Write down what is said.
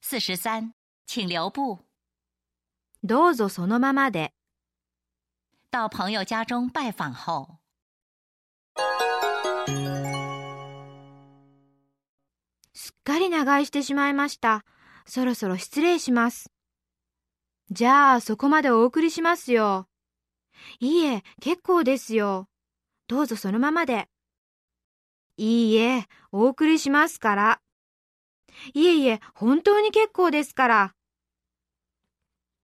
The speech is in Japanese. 四十三，请留步，どうぞそのままで。到朋友家中拜访后，すっかり長居してしまいました。そろそろ失礼します。じゃあ、そこまでお送りしますよ。いいえ、結構ですよ。どうぞそのままで。いいえ、お送りしますから。いえいえ、本当に結構ですから。